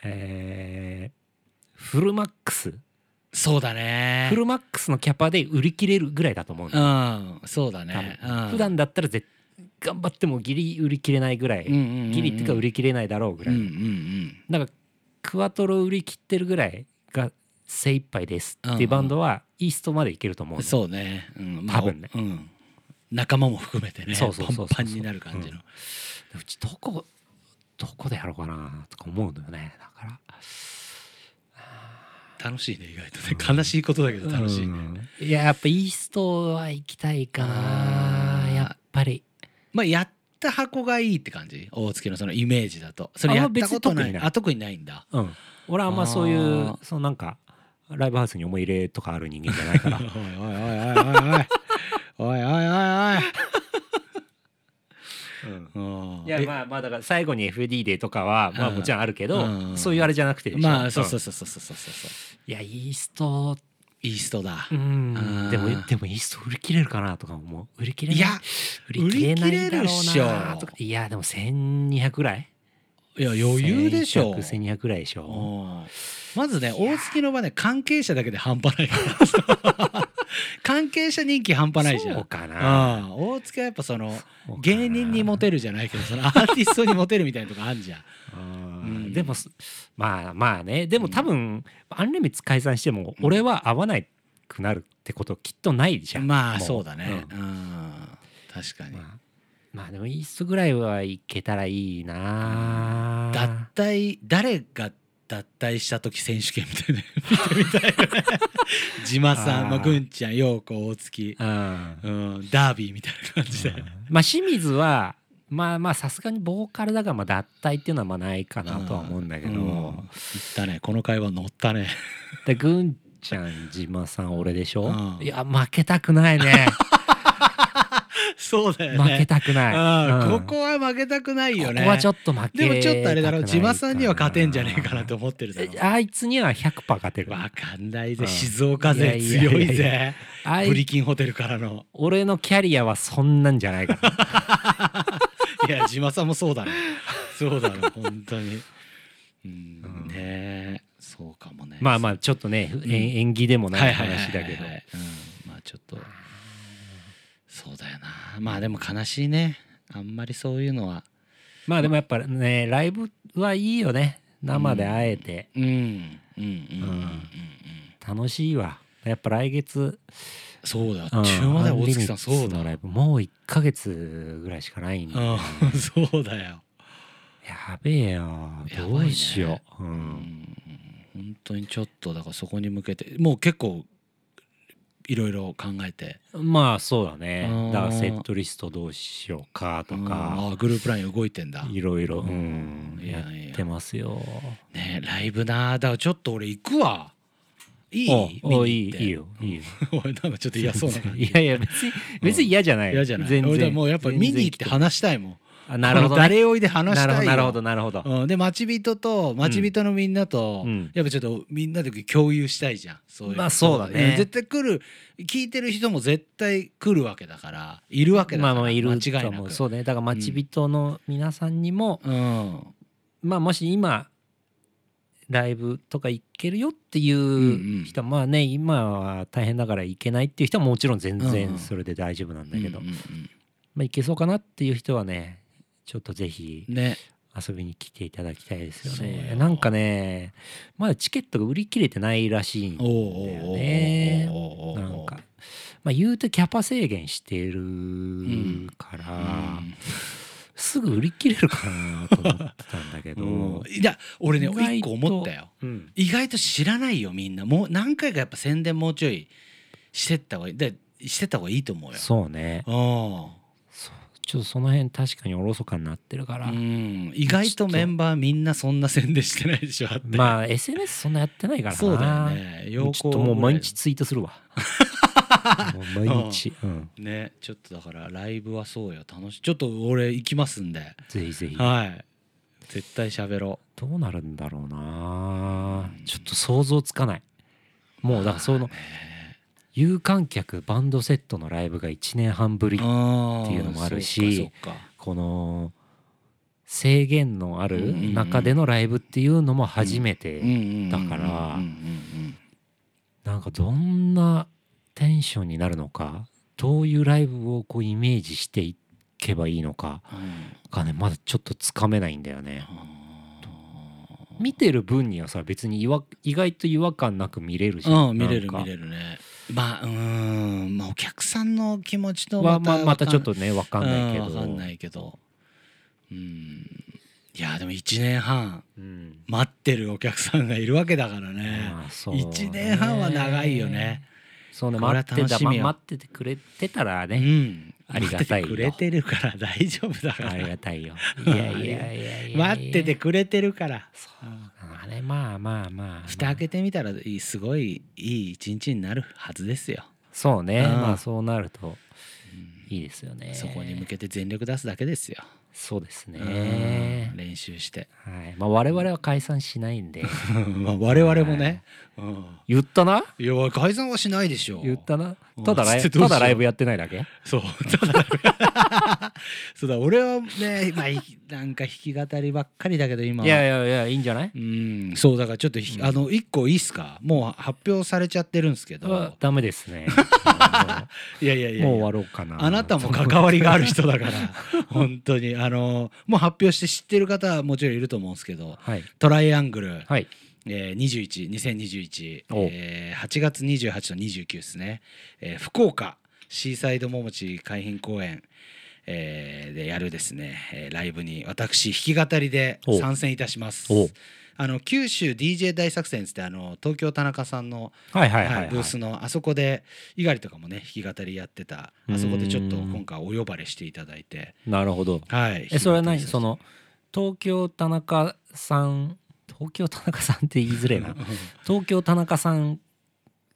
Speaker 1: えー、フルマックス
Speaker 2: そうだね
Speaker 1: フルマックスのキャパで売り切れるぐらいだと思う
Speaker 2: うんそうだね、
Speaker 1: うん、普段だったら絶対頑張ってもギリ売り切れないぐらいギリっていうか売り切れないだろうぐらいだからクワトロ売り切ってるぐらいが精一杯ですっていうバンドはイーストまでいけると思う
Speaker 2: そうね、うん、、
Speaker 1: 多分ね、まあうん
Speaker 2: 仲間も含めてねそうそうパンパンになる感じの、
Speaker 1: うん、うちどこどこでやろうかなとか思うのよねだから
Speaker 2: 楽しいね意外とね、悲しいことだけど楽しいね、
Speaker 1: いややっぱイーストは行きたいかなやっぱり
Speaker 2: まあ、やった箱がいいって感じ大月のそのイメージだとそれやったことないあ特にないんだ、
Speaker 1: うん、俺はあんまそういうそのなんかライブハウスに思い入れとかある人間じゃないから
Speaker 2: おいおいおいおいおいおいおいおい
Speaker 1: うん、いやまあまあだから最後に FD でとかはまあもちろんあるけど、そういうあれじゃなくて
Speaker 2: まあそうそうそうそうそうそうそう
Speaker 1: いやイースト
Speaker 2: イーストだ。
Speaker 1: でもでもイースト売り切れるかなとか思う。売り切れ
Speaker 2: ない。いや
Speaker 1: 売り切れないだろうなとか。いやでも千二百ぐらい。
Speaker 2: いや余裕でしょ
Speaker 1: 1200ぐらいでしょ
Speaker 2: まずね大月の場ね関係者だけで半端ないから 関係者人気半端ないじゃん
Speaker 1: そうか
Speaker 2: う
Speaker 1: なん
Speaker 2: 大塚はやっぱその
Speaker 1: そうかな
Speaker 2: 芸人にモテるじゃないけどそのアーティストにモテるみたいなとこあんじゃん
Speaker 1: あ
Speaker 2: う
Speaker 1: ー
Speaker 2: ん
Speaker 1: でもすまあまあねで
Speaker 2: う
Speaker 1: も
Speaker 2: ん
Speaker 1: 多分アンリミッツ解散しても
Speaker 2: うん
Speaker 1: 俺は合わないくなるってこときっとないじゃん
Speaker 2: まあ
Speaker 1: も
Speaker 2: そうだね
Speaker 1: ん
Speaker 2: うん、確かに、
Speaker 1: まあまあでもイーストぐらいはいけたらいいな
Speaker 2: 脱退誰が脱退した時選手権 みたいな見てみたいよね自間さん
Speaker 1: あー
Speaker 2: まあ、ぐんちゃん陽子大月、
Speaker 1: うん
Speaker 2: うん、ダービーみたいな感じで、
Speaker 1: まあ清水はまあまあさすがにボーカルだからまあ脱退っていうのはまあないかなとは思うんだけど、
Speaker 2: うん言ったねこの会話乗ったね
Speaker 1: でぐんちゃん島さん俺でしょ、
Speaker 2: うん
Speaker 1: いや負けたくないね
Speaker 2: そうだよ
Speaker 1: 負け
Speaker 2: ね
Speaker 1: たくない、
Speaker 2: うん
Speaker 1: うん
Speaker 2: ここは負けたくないよね
Speaker 1: ここはちょっと負け
Speaker 2: でもちょっとあれだろ
Speaker 1: たくない
Speaker 2: 自間さんには勝てんじゃねえかなと
Speaker 1: と
Speaker 2: 思ってるだろ
Speaker 1: あいつには100%勝てる
Speaker 2: わかんないぜ
Speaker 1: うん
Speaker 2: 静岡勢
Speaker 1: いやいやいや
Speaker 2: 強い
Speaker 1: いや
Speaker 2: ぜ
Speaker 1: あ
Speaker 2: ブリ
Speaker 1: い
Speaker 2: キンホテルからの
Speaker 1: 俺のキャリアはそんなんじゃないから
Speaker 2: いや島さんもそうだねそうだね本当にうん
Speaker 1: うん
Speaker 2: ねえそうかもね
Speaker 1: まあまあちょっとね、
Speaker 2: ん
Speaker 1: えん縁起でも
Speaker 2: は
Speaker 1: ないい
Speaker 2: はいはいはい
Speaker 1: 話だけど、
Speaker 2: はいうんまあちょっとそうだよなまあでも悲しいねあんまりそういうのは
Speaker 1: まあでもやっぱねライブはいいよね生で会えて
Speaker 2: うんうんうんうんうん
Speaker 1: う
Speaker 2: うんん
Speaker 1: 楽しいわやっぱ来月
Speaker 2: そうだよ
Speaker 1: うん
Speaker 2: 中まで
Speaker 1: アン
Speaker 2: 大
Speaker 1: リミ
Speaker 2: 月さんそ
Speaker 1: ッツ
Speaker 2: うだ
Speaker 1: のラ
Speaker 2: よ
Speaker 1: イブもう1ヶ月ぐらいしかないんでや
Speaker 2: うんそうだよ
Speaker 1: べえよ
Speaker 2: やばいね
Speaker 1: どうしよう、う
Speaker 2: うんん本当にちょっとだからそこに向けてもう結構いろいろ考えて
Speaker 1: まあそうだ
Speaker 2: うん
Speaker 1: ねだからセットリストどうしようかと
Speaker 2: うん
Speaker 1: か
Speaker 2: あグループライン動いてんだ
Speaker 1: いろいろ、う
Speaker 2: うん
Speaker 1: ん、
Speaker 2: いや
Speaker 1: や
Speaker 2: いや
Speaker 1: ってますよ
Speaker 2: ねライブなだからちょっと俺行くわいい
Speaker 1: おお
Speaker 2: 見
Speaker 1: い
Speaker 2: に行
Speaker 1: い
Speaker 2: って
Speaker 1: いいよいいよ
Speaker 2: おいなんかちょっと嫌そうな感 じ
Speaker 1: いやいや別に別に嫌じゃない、
Speaker 2: 嫌じゃない
Speaker 1: 全然
Speaker 2: 俺だもうやっぱ見に行って
Speaker 1: 全然
Speaker 2: 話したいもん
Speaker 1: あなるほど、
Speaker 2: この
Speaker 1: ね、
Speaker 2: 誰追いで話
Speaker 1: な
Speaker 2: し
Speaker 1: るほど
Speaker 2: たい
Speaker 1: なるほど
Speaker 2: ど
Speaker 1: なるほど、
Speaker 2: うん、で町人と町人のみんなと、
Speaker 1: うん
Speaker 2: やっぱちょっとみんなで共有したいじゃんそういう
Speaker 1: まあそうだね
Speaker 2: ん絶対来る聞いてる人も絶対来るわけだからいるわけだか
Speaker 1: ま
Speaker 2: ら、
Speaker 1: あまあいる
Speaker 2: 間違
Speaker 1: と
Speaker 2: いな
Speaker 1: 思う
Speaker 2: く
Speaker 1: そうねだから町人の皆さんにも、
Speaker 2: うん
Speaker 1: まあもし今ライブとか行けるよってい
Speaker 2: んうん
Speaker 1: う人、まあね今は大変だから行けないっていう人はもちろん全
Speaker 2: うんうん
Speaker 1: 然それで大丈夫なんだけど、
Speaker 2: うんうんうん
Speaker 1: まあ行けそうかなっていう人はねちょっとぜひ
Speaker 2: ね
Speaker 1: 遊びに来ていただきたいですよ
Speaker 2: そう
Speaker 1: ね
Speaker 2: よ
Speaker 1: なんかねまだチケットが売り切れてないらしいんだ
Speaker 2: おう
Speaker 1: よ
Speaker 2: おうおうおうおう
Speaker 1: ね
Speaker 2: おうおう
Speaker 1: なんかまあ言うてキャパ制限してる
Speaker 2: ん
Speaker 1: から、
Speaker 2: うん
Speaker 1: すぐ売り切れるかなと思ってたんだけど、
Speaker 2: うんいや俺ね
Speaker 1: 意外と
Speaker 2: 一個思ったよ
Speaker 1: うん
Speaker 2: 意外と知らないよみんなもう何回かやっぱ宣伝もうちょいしてった方がいいでしてった方がいいと思うよ
Speaker 1: そうね
Speaker 2: う
Speaker 1: そうちょっとその辺確かにおろそかになってるから、
Speaker 2: んうん意外とメンバーみんなそんな宣伝してないでしょだって
Speaker 1: まあ SNS そんなやってないからな
Speaker 2: そうだよね
Speaker 1: も
Speaker 2: 要
Speaker 1: うちょっと
Speaker 2: 項
Speaker 1: もう毎
Speaker 2: ぐらい
Speaker 1: 日ツイートするわもう毎日、うん、
Speaker 2: ねちょっとだからライブはそうよ楽しいちょっと俺行きますんで
Speaker 1: ぜひぜひ
Speaker 2: はい絶対喋ろ
Speaker 1: どうなるんだろうなちょっと想像つかないもうだからその
Speaker 2: うね
Speaker 1: 有観客バンドセットのライブが1年半ぶり
Speaker 2: あー
Speaker 1: っていうのもあるし
Speaker 2: そっかそっか
Speaker 1: この制限のあ
Speaker 2: うんうんうん
Speaker 1: る中でのライブっていうのも初め
Speaker 2: うんう
Speaker 1: て
Speaker 2: んうんうん
Speaker 1: だから
Speaker 2: うんうん
Speaker 1: なんかどんなテンションになるのかどういうライブをこうイメージしていけばいいのか
Speaker 2: うんうん
Speaker 1: がねまだちょっとつかめないんだよね。
Speaker 2: あ
Speaker 1: 見てる分にはさ別に違和意外と違和感なく見れるじゃん
Speaker 2: ーうん見れる
Speaker 1: なんか
Speaker 2: 見れるねまあうーんまあお客さんの気持ちと
Speaker 1: はまあまたちょっ
Speaker 2: わ
Speaker 1: とね分か
Speaker 2: か
Speaker 1: んないけど
Speaker 2: わかんないけどうんいやでも1年半
Speaker 1: うん
Speaker 2: 待ってるお客さんがいるわけだからね
Speaker 1: まあそうね
Speaker 2: 1年半は長いよね
Speaker 1: そうね
Speaker 2: これは
Speaker 1: 待って
Speaker 2: 楽
Speaker 1: た、
Speaker 2: し
Speaker 1: ま
Speaker 2: みよ
Speaker 1: 待っててくれてたら
Speaker 2: う
Speaker 1: ね、
Speaker 2: ん
Speaker 1: ありがたいよ
Speaker 2: 待っててくれてるから大丈夫だか
Speaker 1: あり
Speaker 2: ら
Speaker 1: がたい よいやいやいやいやいや
Speaker 2: 待っててくれてるからうん
Speaker 1: あれまあまあまあ、まあ、
Speaker 2: 蓋開けてみたらいいすごいいい一日になるはずですよ
Speaker 1: そうね
Speaker 2: うん
Speaker 1: まあそうなるといいですよね
Speaker 2: そこに向けて全力出すだけですよ
Speaker 1: そうですね
Speaker 2: うん練 習して
Speaker 1: はいまあ我々は解散しないん で
Speaker 2: まあ我々もね、うん
Speaker 1: 言ったない
Speaker 2: や解散はしないでし ょ
Speaker 1: 言ったな
Speaker 2: うん
Speaker 1: ただラ
Speaker 2: つっ
Speaker 1: イ
Speaker 2: てどうしよ
Speaker 1: た
Speaker 2: う
Speaker 1: だライブやってないだけ
Speaker 2: そう ただそうだ俺はね、まあ、いなんか弾き語りばっかりだけど今
Speaker 1: いやいやいやいいんじゃない
Speaker 2: うんそうだからちょっとひ、あの一個いいっすかもう発表されちゃってるんですけど、
Speaker 1: あダメです ね
Speaker 2: いやいやいやいや
Speaker 1: もう終わろうかな
Speaker 2: あなたも関わりがある人だから本当にあのもう発表して知ってる方はもちろんいると思うんですけど
Speaker 1: はい
Speaker 2: 「トライアングル」
Speaker 1: はい
Speaker 2: えー、21、2021、
Speaker 1: お
Speaker 2: えー、8月28と29ですね、えー福岡シーサイドももち海浜公園、えーでやるですね、えーライブに私弾き語りで
Speaker 1: お
Speaker 2: 参戦いたします
Speaker 1: お。
Speaker 2: あの九州 DJ 大作戦っつってあの東京田中さんの、
Speaker 1: はいはいはいはい
Speaker 2: はいブースのあそこで猪狩とかもね弾き語りやってたあそこでちょっと今回お呼ばれしていただいて、
Speaker 1: なるほど
Speaker 2: はい、
Speaker 1: えそれは何
Speaker 2: 弾き
Speaker 1: そ
Speaker 2: 語りさ
Speaker 1: の東京田中さん東京田中さんって言いづれえ な東京田中さん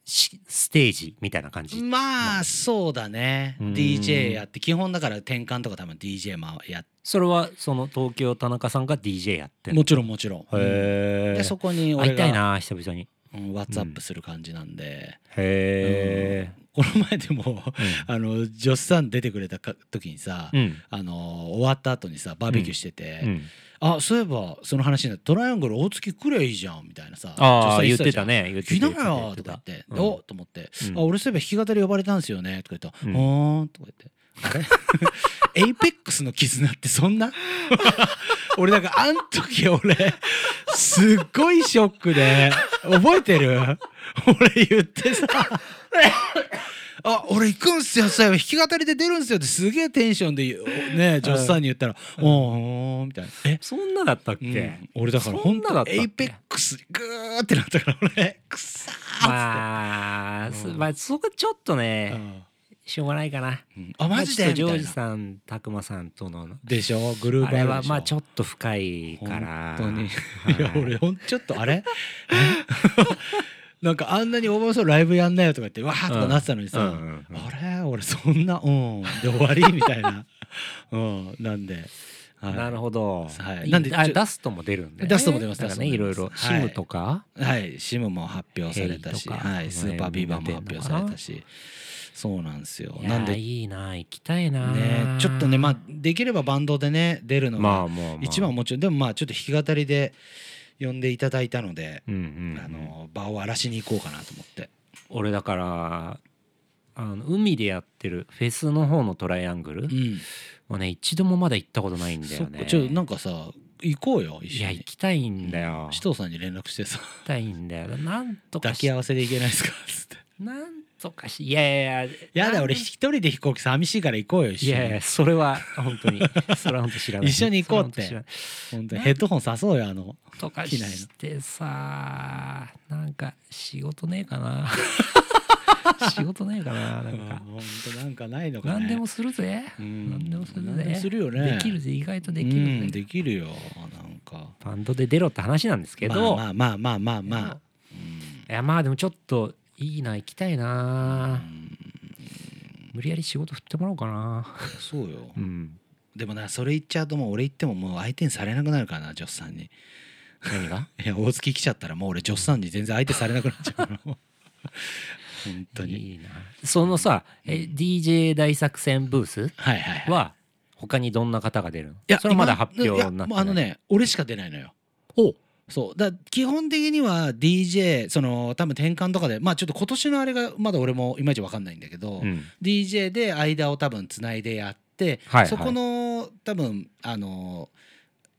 Speaker 1: しステージみたいな感
Speaker 2: せて
Speaker 1: じ
Speaker 2: まあそうだね
Speaker 1: うん
Speaker 2: DJ やって基本だから転換とか多分 DJ まあやって
Speaker 1: それはその東京田中さんが DJ やってんの
Speaker 2: もちろんもちろん。
Speaker 1: へ
Speaker 2: で
Speaker 1: え
Speaker 2: そこに
Speaker 1: 会
Speaker 2: 俺
Speaker 1: いたい
Speaker 2: が
Speaker 1: な久々に
Speaker 2: うんワッツアップする感じなんで、
Speaker 1: へえ
Speaker 2: この前でも あのジョスさん出てくれたか時にさ、
Speaker 1: うん
Speaker 2: あの終わった後にさバーベキューしてて、
Speaker 1: うん
Speaker 2: あそういえばその話になってトライアングル大月来りゃいいじゃんみたいなさ
Speaker 1: ああ
Speaker 2: ジ
Speaker 1: 言っ
Speaker 2: ョスさん
Speaker 1: てたね言って
Speaker 2: 聞い
Speaker 1: た
Speaker 2: なよとか言って「おと思って「
Speaker 1: うん
Speaker 2: あ俺そういえば弾き語り呼ばれたんですよね」とか言った
Speaker 1: うん
Speaker 2: ら「ほーん」とか言って「あれ エイペックスの絆ってそんな? 」 俺なんかあん時俺すっごいショックで覚えてる俺言ってさ「あ俺行くんすよそういえば弾き語りで出るんすよ」ってすげえテンションで言うね女子さんに言ったら「おーおー」みたいな「え
Speaker 1: そんなだったっけ
Speaker 2: うん俺だから
Speaker 1: そん
Speaker 2: 本
Speaker 1: なだったっ
Speaker 2: 当
Speaker 1: け
Speaker 2: エイペックスグーってなったから俺くさーっつっ
Speaker 1: まあす
Speaker 2: て、うん
Speaker 1: まあそこちょっと
Speaker 2: う
Speaker 1: ね
Speaker 2: ん
Speaker 1: しょうがないかな
Speaker 2: うんあマジで
Speaker 1: まあ
Speaker 2: み
Speaker 1: ちょっとジョー
Speaker 2: たい
Speaker 1: ジ
Speaker 2: な
Speaker 1: さん拓磨さんとの
Speaker 2: でしょグルー
Speaker 1: あ
Speaker 2: プ
Speaker 1: れ
Speaker 2: るでしょ
Speaker 1: はまあちょっと深いから
Speaker 2: 本当にい
Speaker 1: はい
Speaker 2: や俺ほんちょっとあれ なんかあんなに大場さんライブやんなよとか言ってわーとかなってたのにさ、
Speaker 1: うんうんうんうん
Speaker 2: あれ俺そんなうんで終わりみたいなうんなんで、はい、
Speaker 1: なるほど、
Speaker 2: はいなんで
Speaker 1: あ
Speaker 2: ちょ
Speaker 1: ダストも出るんで、ね、
Speaker 2: ダストも出ます
Speaker 1: だからね
Speaker 2: ダストも
Speaker 1: い
Speaker 2: 出
Speaker 1: ろ
Speaker 2: ま
Speaker 1: い
Speaker 2: す
Speaker 1: ろシ
Speaker 2: はい
Speaker 1: ムとか、
Speaker 2: はい、シムも発表されたし、
Speaker 1: ヘイとか
Speaker 2: はい、スーパービーバーも発表されたし、そうなんですよ。
Speaker 1: い、
Speaker 2: なん
Speaker 1: や
Speaker 2: で
Speaker 1: ー
Speaker 2: ね、
Speaker 1: いいな行きたいな、
Speaker 2: ちょっとね、まあできればバンドでね出るの
Speaker 1: まあ
Speaker 2: が
Speaker 1: まあ、まあ、
Speaker 2: 一番はもちろん、でもまあちょっと弾き語りで呼んでいただいたので、
Speaker 1: うんうんうん
Speaker 2: あの場を荒らしに行こうかなと思って。
Speaker 1: 俺だからあの海でやってるフェスの方のトライアングル、
Speaker 2: うん、
Speaker 1: もうね一度もまだ行ったことないんだ
Speaker 2: そ
Speaker 1: よ
Speaker 2: っ
Speaker 1: ね
Speaker 2: か、ちょっとなんかさ、行こうよ一
Speaker 1: い
Speaker 2: 緒
Speaker 1: や
Speaker 2: に。
Speaker 1: 行きたいんだよ
Speaker 2: 紫
Speaker 1: 行
Speaker 2: 藤さんに連絡してさ、
Speaker 1: きたいんだよなんとか
Speaker 2: 抱
Speaker 1: し
Speaker 2: き合わせで行けないですかつって。
Speaker 1: なんとかしいやいやい
Speaker 2: やだ、俺
Speaker 1: なん
Speaker 2: 一人で飛行機寂しいから行こうよ一
Speaker 1: い
Speaker 2: 緒
Speaker 1: やい
Speaker 2: に
Speaker 1: や。それは本当に それは本当知らない
Speaker 2: 一緒に行こうって
Speaker 1: それは本当知らない
Speaker 2: 本当にヘッドホン誘そうよあの。
Speaker 1: とか
Speaker 2: 機内の
Speaker 1: してさなんか仕事ねえか な仕事ねえかななんか
Speaker 2: 本当なんかないのかね。
Speaker 1: 何でもするぜ
Speaker 2: うん
Speaker 1: 何でもする
Speaker 2: 何で
Speaker 1: ぜ
Speaker 2: もするよね
Speaker 1: できるぜ意外とでき
Speaker 2: う
Speaker 1: る
Speaker 2: ん
Speaker 1: ぜ
Speaker 2: できるよなんか。
Speaker 1: バンドで出ろって話なんですけど
Speaker 2: まあまあまあまあまあまあ。
Speaker 1: いやまあでもちょっといいな行きたい
Speaker 2: うんう
Speaker 1: なん無理やり仕事振ってもらおうかな
Speaker 2: そうよ。
Speaker 1: うん
Speaker 2: でもなそれ言っちゃうともう俺言ってももう相手にされなくなるからなジョスさんに。
Speaker 1: 何が
Speaker 2: いや大月来ちゃったらもう俺ジョスさんに全然相手されなくなっちゃ うから。もう本当に。
Speaker 1: いいなそのさえ DJ 大作戦ブース
Speaker 2: はいはいはい。
Speaker 1: は他にどんな方が出るのそれはまだ発表になって
Speaker 2: い
Speaker 1: な
Speaker 2: や
Speaker 1: い
Speaker 2: もうあのね俺しか出ないのよ。
Speaker 1: お
Speaker 2: そうだ基本的には DJ その多分転換とかでまあちょっと今年のあれがまだ俺もいまいちわかんないんだけど、
Speaker 1: うん
Speaker 2: DJ で間を多分つないでやって、
Speaker 1: はいはい
Speaker 2: そこの多分あの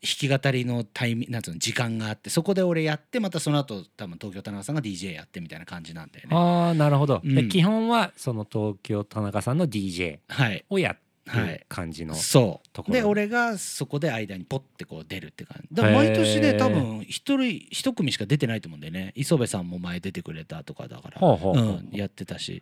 Speaker 2: 弾き語りのタイミングなんつうの時間があってそこで俺やってまたその後多分東京田中さんが DJ やってみたいな感じなんだよね。
Speaker 1: ああなるほど、
Speaker 2: う
Speaker 1: で
Speaker 2: ん
Speaker 1: 基本はその東京田中さんの DJ
Speaker 2: はい
Speaker 1: をや
Speaker 2: は
Speaker 1: る
Speaker 2: い
Speaker 1: 感じの、
Speaker 2: そ
Speaker 1: とこ
Speaker 2: う
Speaker 1: ろ
Speaker 2: で俺がそこで間にポッてこう出るって感じだから毎年
Speaker 1: へ
Speaker 2: ね
Speaker 1: ー
Speaker 2: 多分一人一組しか出てないと思うんだよね磯部さんも前出てくれたとかだから、
Speaker 1: ほうほうほう
Speaker 2: うん、やってたし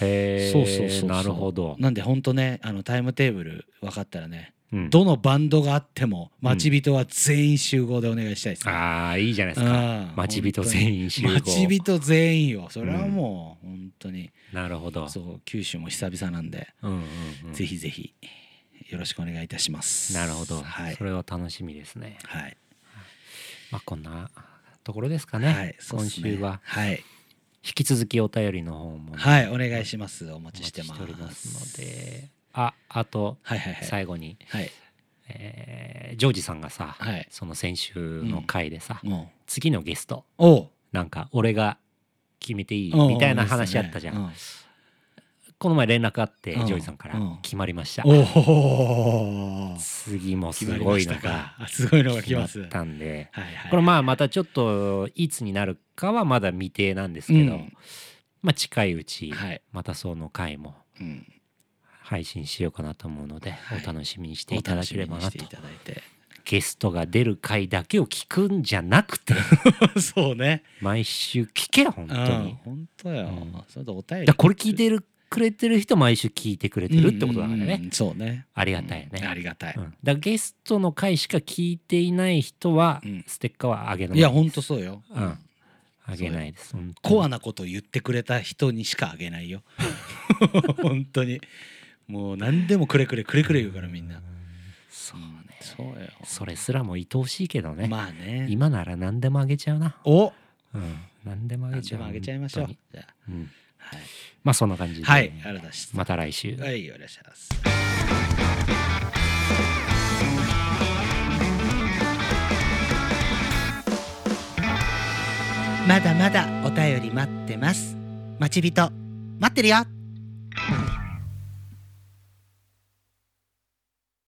Speaker 1: へえ
Speaker 2: そうそうそうそう
Speaker 1: なるほど、
Speaker 2: なんでほんとねあのタイムテーブル分かったらね
Speaker 1: うん
Speaker 2: どのバンドがあっても待ち人は全員集合でお願いしたいですね。
Speaker 1: ああいいじゃないですか
Speaker 2: うん
Speaker 1: 待ち人全員集合
Speaker 2: 待ち人全員よそれはもう本当に、
Speaker 1: なるほど
Speaker 2: そう九州も久々なんで、
Speaker 1: うんうんうん
Speaker 2: ぜひぜひよろしくお願いいたします
Speaker 1: なるほど、
Speaker 2: はい
Speaker 1: それは楽しみですね
Speaker 2: はい
Speaker 1: まあこんなところですかね、
Speaker 2: はいそうっ
Speaker 1: 今
Speaker 2: すね
Speaker 1: 週は
Speaker 2: はい
Speaker 1: 引き続きお便りの方もね、
Speaker 2: はいお願いしますお
Speaker 1: お
Speaker 2: 待
Speaker 1: 待
Speaker 2: ち
Speaker 1: ち
Speaker 2: してま
Speaker 1: しておりますすのでああと
Speaker 2: はいはいはい
Speaker 1: 最後に、
Speaker 2: はい
Speaker 1: えージョージさんがさ、
Speaker 2: はい
Speaker 1: その先週の回でさ、
Speaker 2: うん
Speaker 1: 次のゲスト
Speaker 2: おう
Speaker 1: なんか俺が決めていい
Speaker 2: おう
Speaker 1: みたいな話あったじゃん、
Speaker 2: うん
Speaker 1: この前連絡あって、
Speaker 2: うん
Speaker 1: ジョージさんから
Speaker 2: うん
Speaker 1: 決まりました、
Speaker 2: おお
Speaker 1: 次もす
Speaker 2: 決まり
Speaker 1: ご
Speaker 2: ま
Speaker 1: い
Speaker 2: し
Speaker 1: の
Speaker 2: た
Speaker 1: が
Speaker 2: かあすごいのが
Speaker 1: 決
Speaker 2: 来
Speaker 1: ま
Speaker 2: ま
Speaker 1: っ
Speaker 2: すはい
Speaker 1: たんで
Speaker 2: はいはい
Speaker 1: これまあまたちょっといつになるかはまだ未定なんですけど、
Speaker 2: うん
Speaker 1: まあ近いうち
Speaker 2: はい
Speaker 1: またその回も
Speaker 2: うん
Speaker 1: 配信しようかなと思うので、
Speaker 2: はい
Speaker 1: お楽しみにしていただければ
Speaker 2: お
Speaker 1: な
Speaker 2: 楽しみ
Speaker 1: と
Speaker 2: にしていただいて
Speaker 1: ゲストが出る回だけを聞くんじゃなく て
Speaker 2: そうね。
Speaker 1: 毎週聞け本当
Speaker 2: うん
Speaker 1: に、
Speaker 2: 本当よ。
Speaker 1: うん
Speaker 2: それとお便り。
Speaker 1: いやこれ聞いてるくれてる人毎週聞いてくれてるってことだからね、
Speaker 2: うんうんうんそうね。
Speaker 1: ありがたいよね、
Speaker 2: うんありがたい。
Speaker 1: うんだからゲストの回しか聞いていない人は、
Speaker 2: うん
Speaker 1: ステッカーはあげない
Speaker 2: いや本当そうよ。
Speaker 1: うんあげないです本当に
Speaker 2: コアなことを言ってくれた人にしかあげな いよ。本当に。もう何でもくれくれくれくれ言うからみんな。
Speaker 1: そうね
Speaker 2: そうよ。
Speaker 1: それすらも愛おしいけどね、
Speaker 2: まあね。
Speaker 1: 今なら何でもあげちゃうな、
Speaker 2: お、
Speaker 1: うん、何でもあ
Speaker 2: 何
Speaker 1: げち
Speaker 2: で
Speaker 1: ゃう
Speaker 2: もあげちゃいましょう
Speaker 1: 本。
Speaker 2: じゃあ
Speaker 1: 当にうん
Speaker 2: はい。
Speaker 1: まあそんな感じで、
Speaker 2: はい。ありがとうございます。
Speaker 1: また来週、
Speaker 2: はい、お願いします。まだまだお便り待ってます。待ち人、待ってるよ。